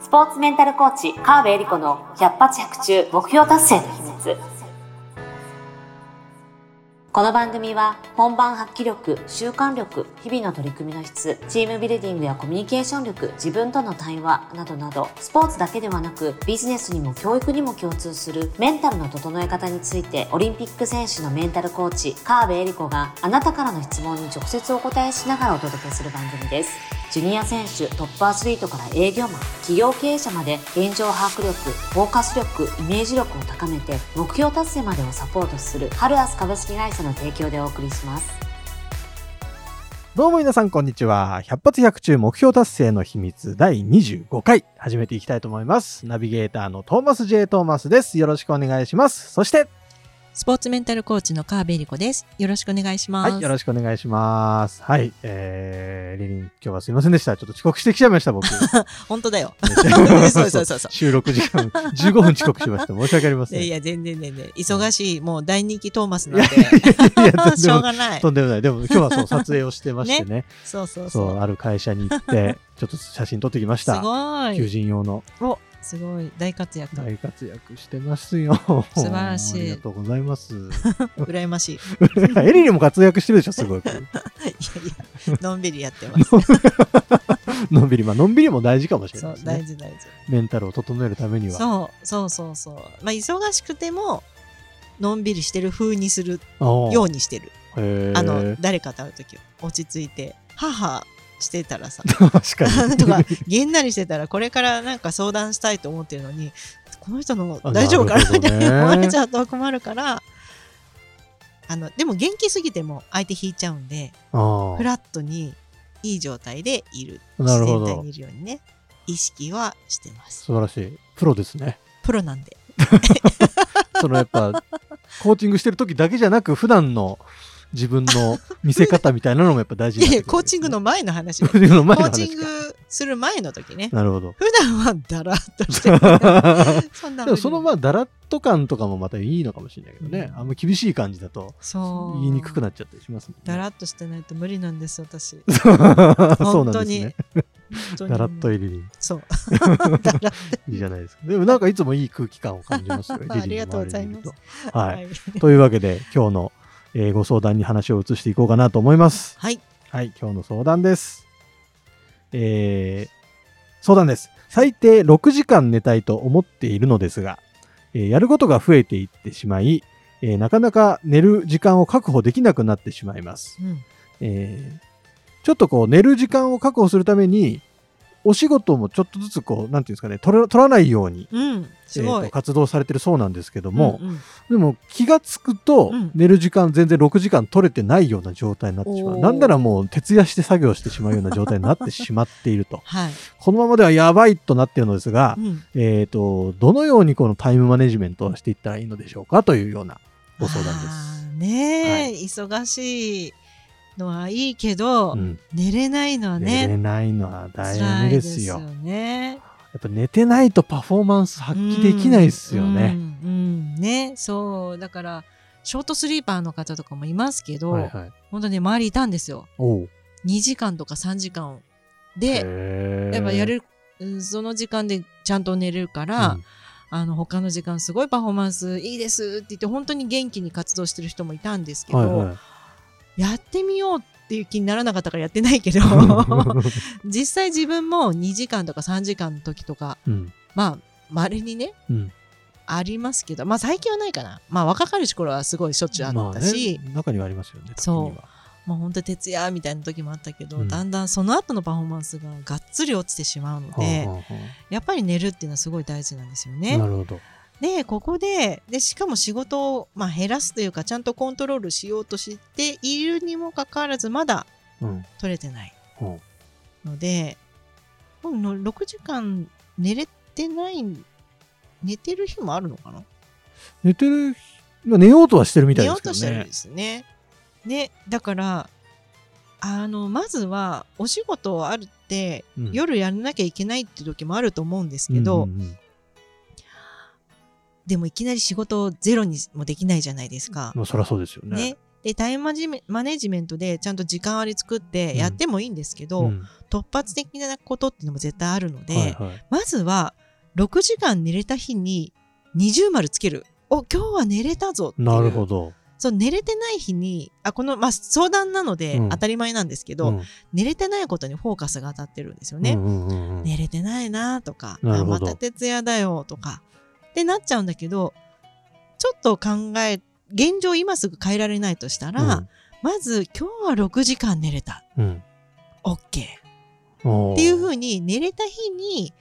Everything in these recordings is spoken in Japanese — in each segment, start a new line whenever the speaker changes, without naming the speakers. スポーツメンタルコーチ川辺恵理子の百発百中目標達成の秘密この番組は本番発揮力習慣力日々の取り組みの質チームビルディングやコミュニケーション力自分との対話などなどスポーツだけではなくビジネスにも教育にも共通するメンタルの整え方についてオリンピック選手のメンタルコーチ川辺恵理子があなたからの質問に直接お答えしながらお届けする番組ですジュニア選手トップアスリートから営業マン企業経営者まで現状把握力フォーカス力イメージ力を高めて目標達成までをサポートするハルアス株式会社の提供でお送りします
どうも皆さん、こんにちは。百発百中目標達成の秘密第25回、始めていきたいと思います。ナビゲーターのトーマス J. トーマスです。よろしくお願いします。そして、
スポーツメンタルコーチの川辺理子です。よろしくお願いします。
はい、よろしくお願いします。はい、えー、リリン、今日はすいませんでした。ちょっと遅刻してきちゃいました、 僕。
本当だよ。
そう
そうそうそう
収録時間15分遅刻しました。申し訳ありません。
い
いや、
や、全然全然。忙しい、もう大人気トーマスなんで。
とん
し
で
ょ
も
う
ない。
がない。
とんでもない。でも今日はそう、撮影をしてまして ね。
そうそう
そ、
そうう。
ある会社に行って、ちょっと写真撮ってきまし
す
た。
ご
求
い。
人用の。
お、すごい。大 活躍。
大活躍してますよ。素
晴らしい
ありがとうございます。
羨ましい。い
エリリも活躍してるでしょ、すごい。
やいや、のんびりやってます。
のんびり、まあのんびりも大事かもしれ
そ
ないうで、す
大
ね。
事大事。
メンタルを整えるためには。
そう、そうそうそう。まあ、忙しくても、のんびりしてる風にする
おう
ようにしてる。
へー
あの、誰かと会うとき、落ち着いて、母してたらさ、
確かに。
とか、 げんなりしてたら、これからなんか相談したいと思ってるのに、この人の
あ
大丈夫かな
なるほ
み
ど
た
ね
いな思われちゃうと 困るから、あの、でも元気すぎても相手引いちゃうんで、
あ
フラットにいい状態でいる。
あなるほ
自然体
ど
に。いるようにね、意識はしてます。
素晴らしい。プロですね。
プロなんで。
そのやっ ぱ、コーチングしてる時だけじゃなく、普段の自分の見せ方みたいなのもやっぱ大事
い
にな
や
っ
い
てくる
や コ
わ
ー
けです
チン
ね
グの前の話
コーチ
ね
ングの
コ
前の
ー
話か
チングする前の時ね。
なるほど。
普段はだらっと してる。そんな
でもそのま
ま
あだらっと感とかもまたいいのかもしれないけどね、
うん
あんま厳しい感じだと
そう
言いにくくなっちゃったりしますもんね。
だらっとしてないと無理なんです、私。
そうなん
本当
です
に
ね。
本当に
だらっと入りに
そう。だらっ
いいじゃないですか。でもなんかいつもいい空気感を感じますよ。リリーの周
ありがとうございます
にると。
と
はい。。というわけで今日の、えーご相談に話を移していこうかなと思います。
はい。
はい、今日の相談です。えー、相談です。最低6時間寝たいと思っているのですが、えーやることが増えていってしまい、えーなかなか寝る時間を確保できなくなってしまいます。
うん。
えーちょっとこう寝る時間を確保するためにお仕事もちょっとずつこうなんていうんですかね取ら取らないように、
うん。すご
えーと
い。
活動されてるそうなんですけども、
うんうん
でも気がつくと
うん
寝る時間全然6時間取れてないような状態になってしまう、
おー
なんならもう徹夜して作業してしまうような状態になってしまっていると
はい。
このままではやばいとなっているのですが
う、ん。
えー、とどのようにこのタイムマネジメントをしていったらいいのでしょうかというようなご相談です。
あーねえ、
はい
忙しいのはいいけど、
うん、
寝れないのは
寝れ
ね、
ないのは大
辛
変
い
で
ですす
よ
よ。ね。
やっぱ寝てないとパフォーマンス発揮できないっすよね。
うん。うんうんね。そう。だから、ショートスリーパーの方とかもいますけど、
はいはい。
本当に周りいたんですよ。
おう。
2時間とか3時間で、
へー
やっぱやれる、うんその時間でちゃんと寝れるから、
うん
あの他の時間すごいパフォーマンスいいですって言って本当に元気に活動してる人もいたんですけど、
はい はい
やってみようっていう気にならなかったからやってないけど 実際自分も2時間とか3時間の時とか
うん
まあまれにね
うん
ありますけどまあ最近はないかなまあ若かりし頃はすごいしょっちゅうあ
ま
っ
あ
た
ね
し、
中にはありますよね。
そう
時には
まあ本当徹夜みたいな時もあったけど、
うん
だんだんその後のパフォーマンスががっつり落ちてしまうので、
はあは
やっぱり寝るっていうのはすごい大事なんですよ
あ
ね
な。るほど。
でここででしかも仕事を、まあ、減らすというかちゃんとコントロールしようとしているにもかかわらずまだ
うん
取れてない
うん
のでもうの6時間寝れてない寝てる日もあるのかな
寝てる、まあ寝ようとはしてるみた
寝
いで
よ
す
う
け
とし
ど
てるん
ね
で。すね。ねだからあのまずはお仕事あるって、
うん
夜やらなきゃいけないって時もあると思うんですけど、
うんうんうん
でもいきなり仕事をゼロにもできないじゃないですか。
まあそりゃそうですよね。
ね。でタイムマジメマネジメントでちゃんと時間割り作っ
うん
てやってもいいんですけ
う
ど、
ん
突発的なことっていうのも絶対あるので、
はいはい
まずは6時間寝れた日に二重丸つける。お今日は寝れたぞっていう
なるほど。
そう寝れてない日にあこの、まあ、相談なので
うん
当たり前なんですけど、
うん
寝れてないことにフォーカスが当たってるんですよね。
うんうんうんうん
寝れてないなとか、
なる
あ
ほ
ま
ど
た徹夜だよとか、ってなっちゃうんだけど、ちょっと考え、現状今すぐ変えられないとしたら、まず今日は6時間寝れた。
うん
OK。っ
うん
ていうふ
に
うに寝れた日に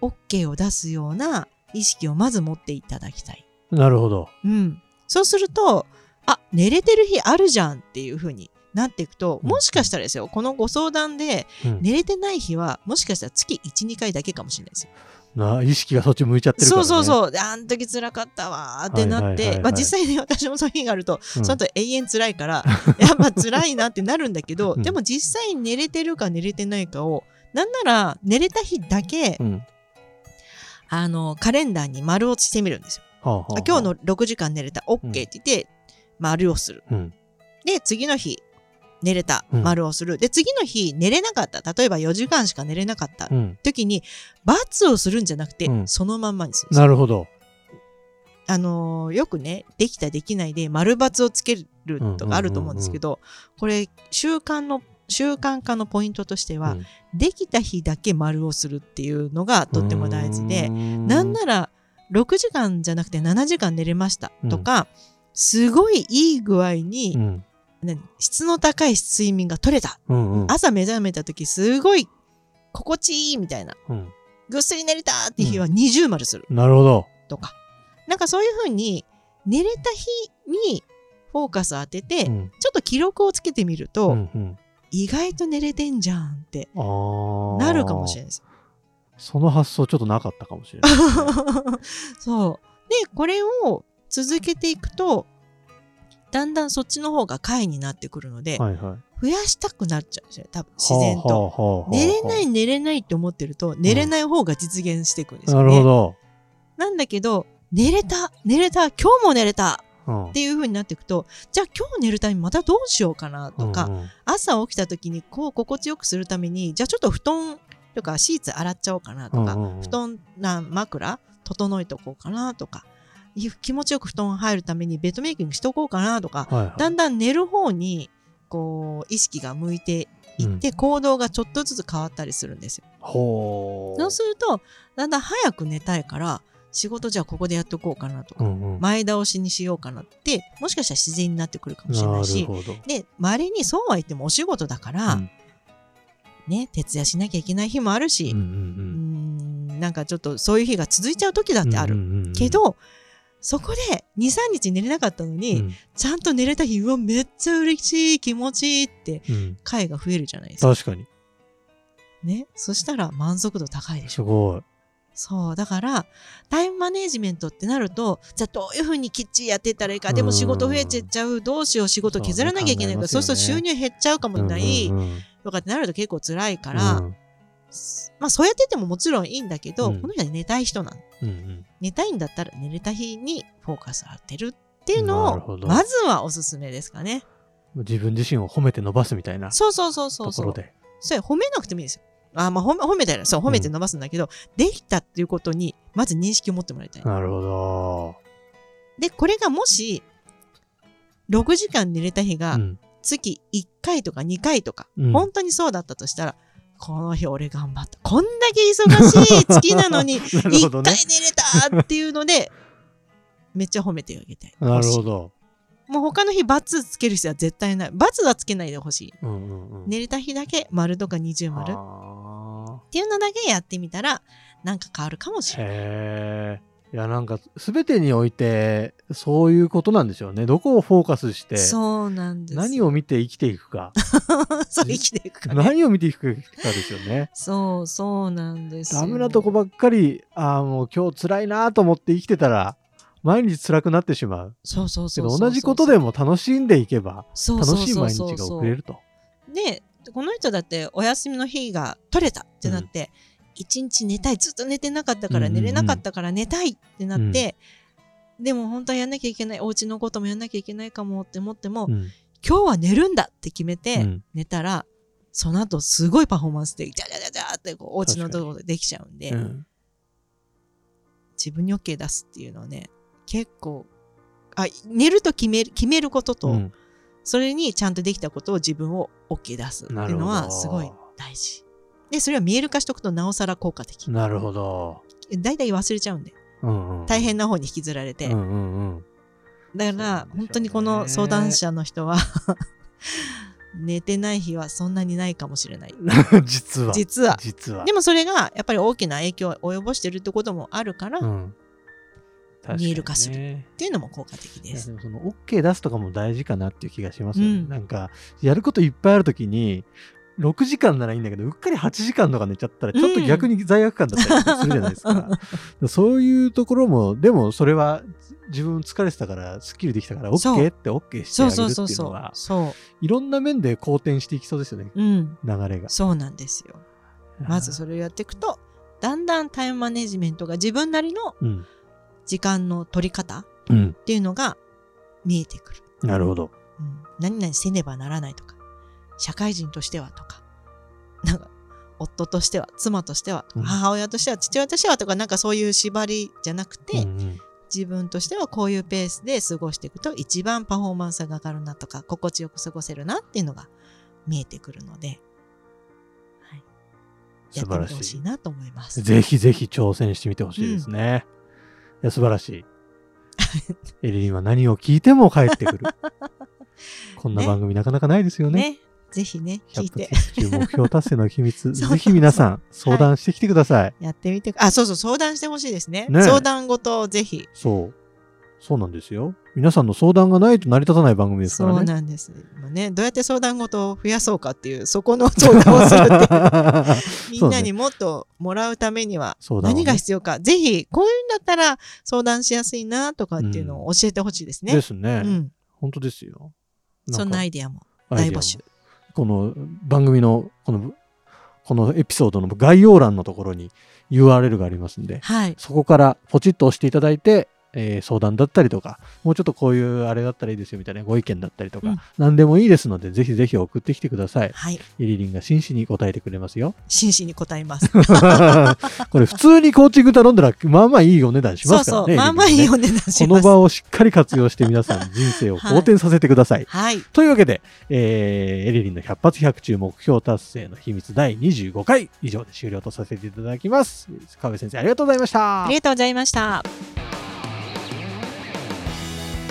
OK を出すような意識をまず持っていただきたい。
なるほど。
うん。そうすると、あ、寝れてる日あるじゃんっていうふうになっていくと、
うん
もしかしたらですよ、このご相談で
うん
寝れてない日は、もしかしたら月1、2回だけかもしれないですよ
な意識がそっち向いちゃってるから
そ
ね。
うそうそうであん時辛かったわーってなっ
はいはいはいは
て
い
まあ実際ね私もそういう日がある
う
と、
ん。
その後永遠辛いから やっぱ辛いなってなるんだけど、
うん
でも実際寝れてるか寝れてないかをなんなら寝れた日だけ、
うんは
あのカレンダーに丸をしてみるんですよ。
あはあはあ
今日の6時間寝れた OK って言って、丸をする。
うん
で次の日寝れた
うん
丸をする。で次の日寝れなかった例えば4時間しか寝れなかった
うん
時に罰をするんじゃなくて、
うん
そのまんまにするんですよ
なるほど。
あのーよくね、できたできないで丸×をつけるとかあると思うんですけど、これ、習慣の、習慣化のポイントとしては、
うん
できた日だけ丸をするっていうのがとっても大事で
う、ん
なんなら6時間じゃなくて7時間寝れましたとか、すごいいい具合に、
うん
何質の高い睡眠が取れた。
うんうん
朝目覚めた時、すごい心地いいみたいな、
うん
ぐっすり寝れたって日は二重丸する。
なるほど。
とか、なんかそういうふうに、寝れた日にフォーカスを当て
う
て、ちょ
ん
っと記録をつけてみると、
うんうん
意外と寝れてんじゃんって
あー
なるかもしれないです。
その発想ちょっとなかったかもしれないですね。
そう。で、これを続けていくと、だんだんそっちの方が回になってくるので、
はいはい。
増やしたくなっちゃうんですよ、多分自然と。
はあはあはあはあ
寝れない寝れないって思ってると、寝れない方が実現していくんですよ
な
ね。
るほど。
なんだけど、寝れた寝れた今日も寝れた
うん
っていう風になっていくとじゃあ今日寝るためにまたどうしようかなとか、
うんうん
朝起きた時にこう心地よくするためにじゃあちょっと布団とかシーツ洗っちゃおうかなとか、
うんうんうん
布団な枕整えとこうかなとかい気持ちよく布団入るためにベッドメイキングしとこうかなと
は
か、
いはい
だんだん寝る方にこう意識が向いていって、行動がちょっとずつ変わったりするんですよ。
ほう
そうするとだんだん早く寝たいから仕事じゃあここでやっとこうかなとか、
うんうん
前倒しにしようかなってもしかしたら自然になってくるかもしれ
な
ない
る
し
ほど。
でまれにそうは言ってもお仕事だから、
うん
ね徹夜しなきゃいけない日もあるし
うんう、んう
うんーんなんかちょっとそういう日が続いちゃう時だってある、け、どそこで23日寝れなかったの
うん
に、
うん
ちゃんと寝れた日うわめっちゃ嬉しい気持ちいいって
うんうん
回が増えるじゃないですか、
確かに。
ね、そしたら満足度高いでしょ
すごい。
そう。だから、タイムマネジメントってなると、じゃあどういうふうにきっちりやってったらいいか、でも仕事増えちゃっちゃう、どうしよう、仕事削らなきゃいけないから、
そ
そう
ね
うすると収入減っちゃうかもない
うんうんうん
とかってなると結構辛いから、
うん
まあそうやっててももちろんいいんだけど、
うん
この人は寝たい人なの。
うんうん
寝たいんだったら寝れた日にフォーカスを当てるっていう
なる
の
ほ
を、
ど
まずはおすすめですかね。
自分自身を褒めて伸ばすみたいな
そうそうそうそ
と
うそ
こ
う
ろ。で。
それ褒めなくてもいいですよ。あまあ褒め褒めたら、そう、褒めて伸ばすんだけど、できたっていうことに、まず認識を持ってもらいたい。
なるほど。
で、これがもし、6時間寝れた日が
うん
月1回とか2回とか、
うん
本当にそうだったとしたら、この日俺頑張った。こんだけ忙しい月なのに、
なるほ
1
ど
回
ね。
寝れたっていうので、めっちゃ褒めてあげたい。
なるほ
欲し
ど。
いもう他の日、罰つける人は絶対ない。罰はつけないでほしい。
うんうんうん
寝れた日だけ、丸とか二重丸っ
あ
ていうのだけやってみたら、なんか変わるかもし
ー
れない。
へえ。いやなんか全てにおいてそういうことなんでしょうね。どこをフォーカスして
そうなんです。
何を見て生きていくか
そう生きていくから。
何を見ていくかですよね。
そう、そうなんですよ。
ダメなとこばっかりああもう今日辛いなと思って生きてたら毎日辛くなってしまう。
そうそうそ
け
うそ
ど
う。
同じことでも楽しんでいけば
そう
楽
そう
しい
そう
毎
そう
日が送れると。
で、この人だってお休みの日が取れたってなって、一日寝たい、ずっと寝てなかったから
うんうん
寝
うん
れなかったから寝たいってなって、でも本当はやんなきゃいけない、お家のこともやんなきゃいけないかもって思っても、
うん
今日は寝るんだって決め
う
て
ん
寝たら、その後すごいパフォーマンスで、じゃじゃじゃじゃってこうお家のとこでできちゃうんで、
うん
自分に OK 出すっていうのはね、結構、あ、寝ると決める、決めることと、
うん
それにちゃんとできたことを自分を OK 出すっていうの
なるほ
は
ど
すごい大事。で、それは見える化しとくとなおさら効果的。
なるほど。
だいたい忘れちゃうんで、
うんうん
大変な方に引きずられて。
うんうんうん
だ
そう
か
なん
ら
でしょうね
本当にこの相談者の人は 寝てない日はそんなにないかもしれない。
実は。
実は。
実は。
でもそれがやっぱり大きな影響を及ぼしてるってこともあるから、
う
っ
ん
見える化す。
確
る
かにね
ていうのも効果的
い
で
や
す
で。もその OK 出すとかも大事かなっていう気がしますよね。
うん
なんかやることいっぱいあるときに6時間ならいいんだけどうっかり8時間とか寝ちゃったらちょっと逆に罪悪感だったりとかするじゃないですか。 そういうところもでもそれは自分疲れてたからスッキリできたから
そう
OK って OK して
そ
あ
う
げる
そう
って
そう
いうの
そ
は
う。そ
いろんな面で好転していきそうですよね
う。うん。
流れが。
そうなんですよ。まずそれをやっていくと、だんだんタイムマネジメントが自分なりの
うん、
時間の取り方
うん、
っていうのが見えてくる。
なるほど。
うん、何々せねばならないとか、社会人としてはとか、なんか、夫としては、妻としては、
うん
母親としては、父親としてはとか、なんかそういう縛りじゃなくて、
うんうん
自分としてはこういうペースで過ごしていくと、一番パフォーマンスが上がるなとか、心地よく過ごせるなっていうのが見えてくるので、はい、
素
やって
晴
み
ら
てほし
し
いなと思います。
い。ぜひぜひ挑戦してみてほしいですね。いや素晴らしい。エリリンは何を聞いても帰ってく る。こんな番組なかなかないですよね。
ね。ぜひね、聞い
100
て
分中目標達成の秘密、
う そう
ぜひ皆さん相談してきてください。
やってみて、あ、そうそう、相談してほしいですね。
ね
相談事をぜひ。
そう。そうなんですよ。皆さんの相談がないと成り立たない番組ですか
そ
らね。
うなんです。今ね、どうやって相談事を増やそうかっていう、そこの相談をする っていう。みんなにもっともらうためには、
そうだね
何が必要か、ぜひ、こういうんだったら相談しやすいなとかっていうのを教えてほしいですね。
ですね。
うん。
本当ですよ。
そんなア
い
イディアも大募集。
この番組のこのこのエピソードの概要欄のところに URL がありますんで
はい。
そこからポチッと押していただいて、えー相談だったりとかもうちょっとこういうあれだったらいいですよみたいなご意見だったりとか、
うん
何でもいいですのでぜひぜひ送ってきてください
はい。
ゆりりんが真摯に答えてくれます よ
真摯に答 えます。
これ普通にコーチング頼んだらまあまあいいお値段し
そ
ま
う
すから
そ
ね
う。まあまあ
ゆ
い
りりん
い
ね
お値段します。
この場をしっかり活用して皆さん人生を好転させてください
はい。
というわけで、えーエリリンの100発100中目標達成の秘密第25回以上で終了とさせていただきます。川辺先生ありがとうございました
あり。がとうございました。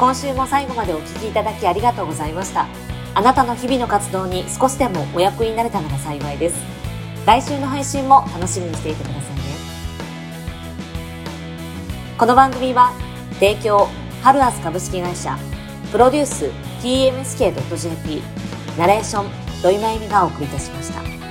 今週も最後までお聞きいただきありがとうございましたあなたの日々の活動に少しでもお役になれたなら幸いです来週の配信も楽しみにしていてくださいねこの番組は提供ハルアス株式会社プロデュース TMSK.jp ナレーション土井真由美がお送りいたしました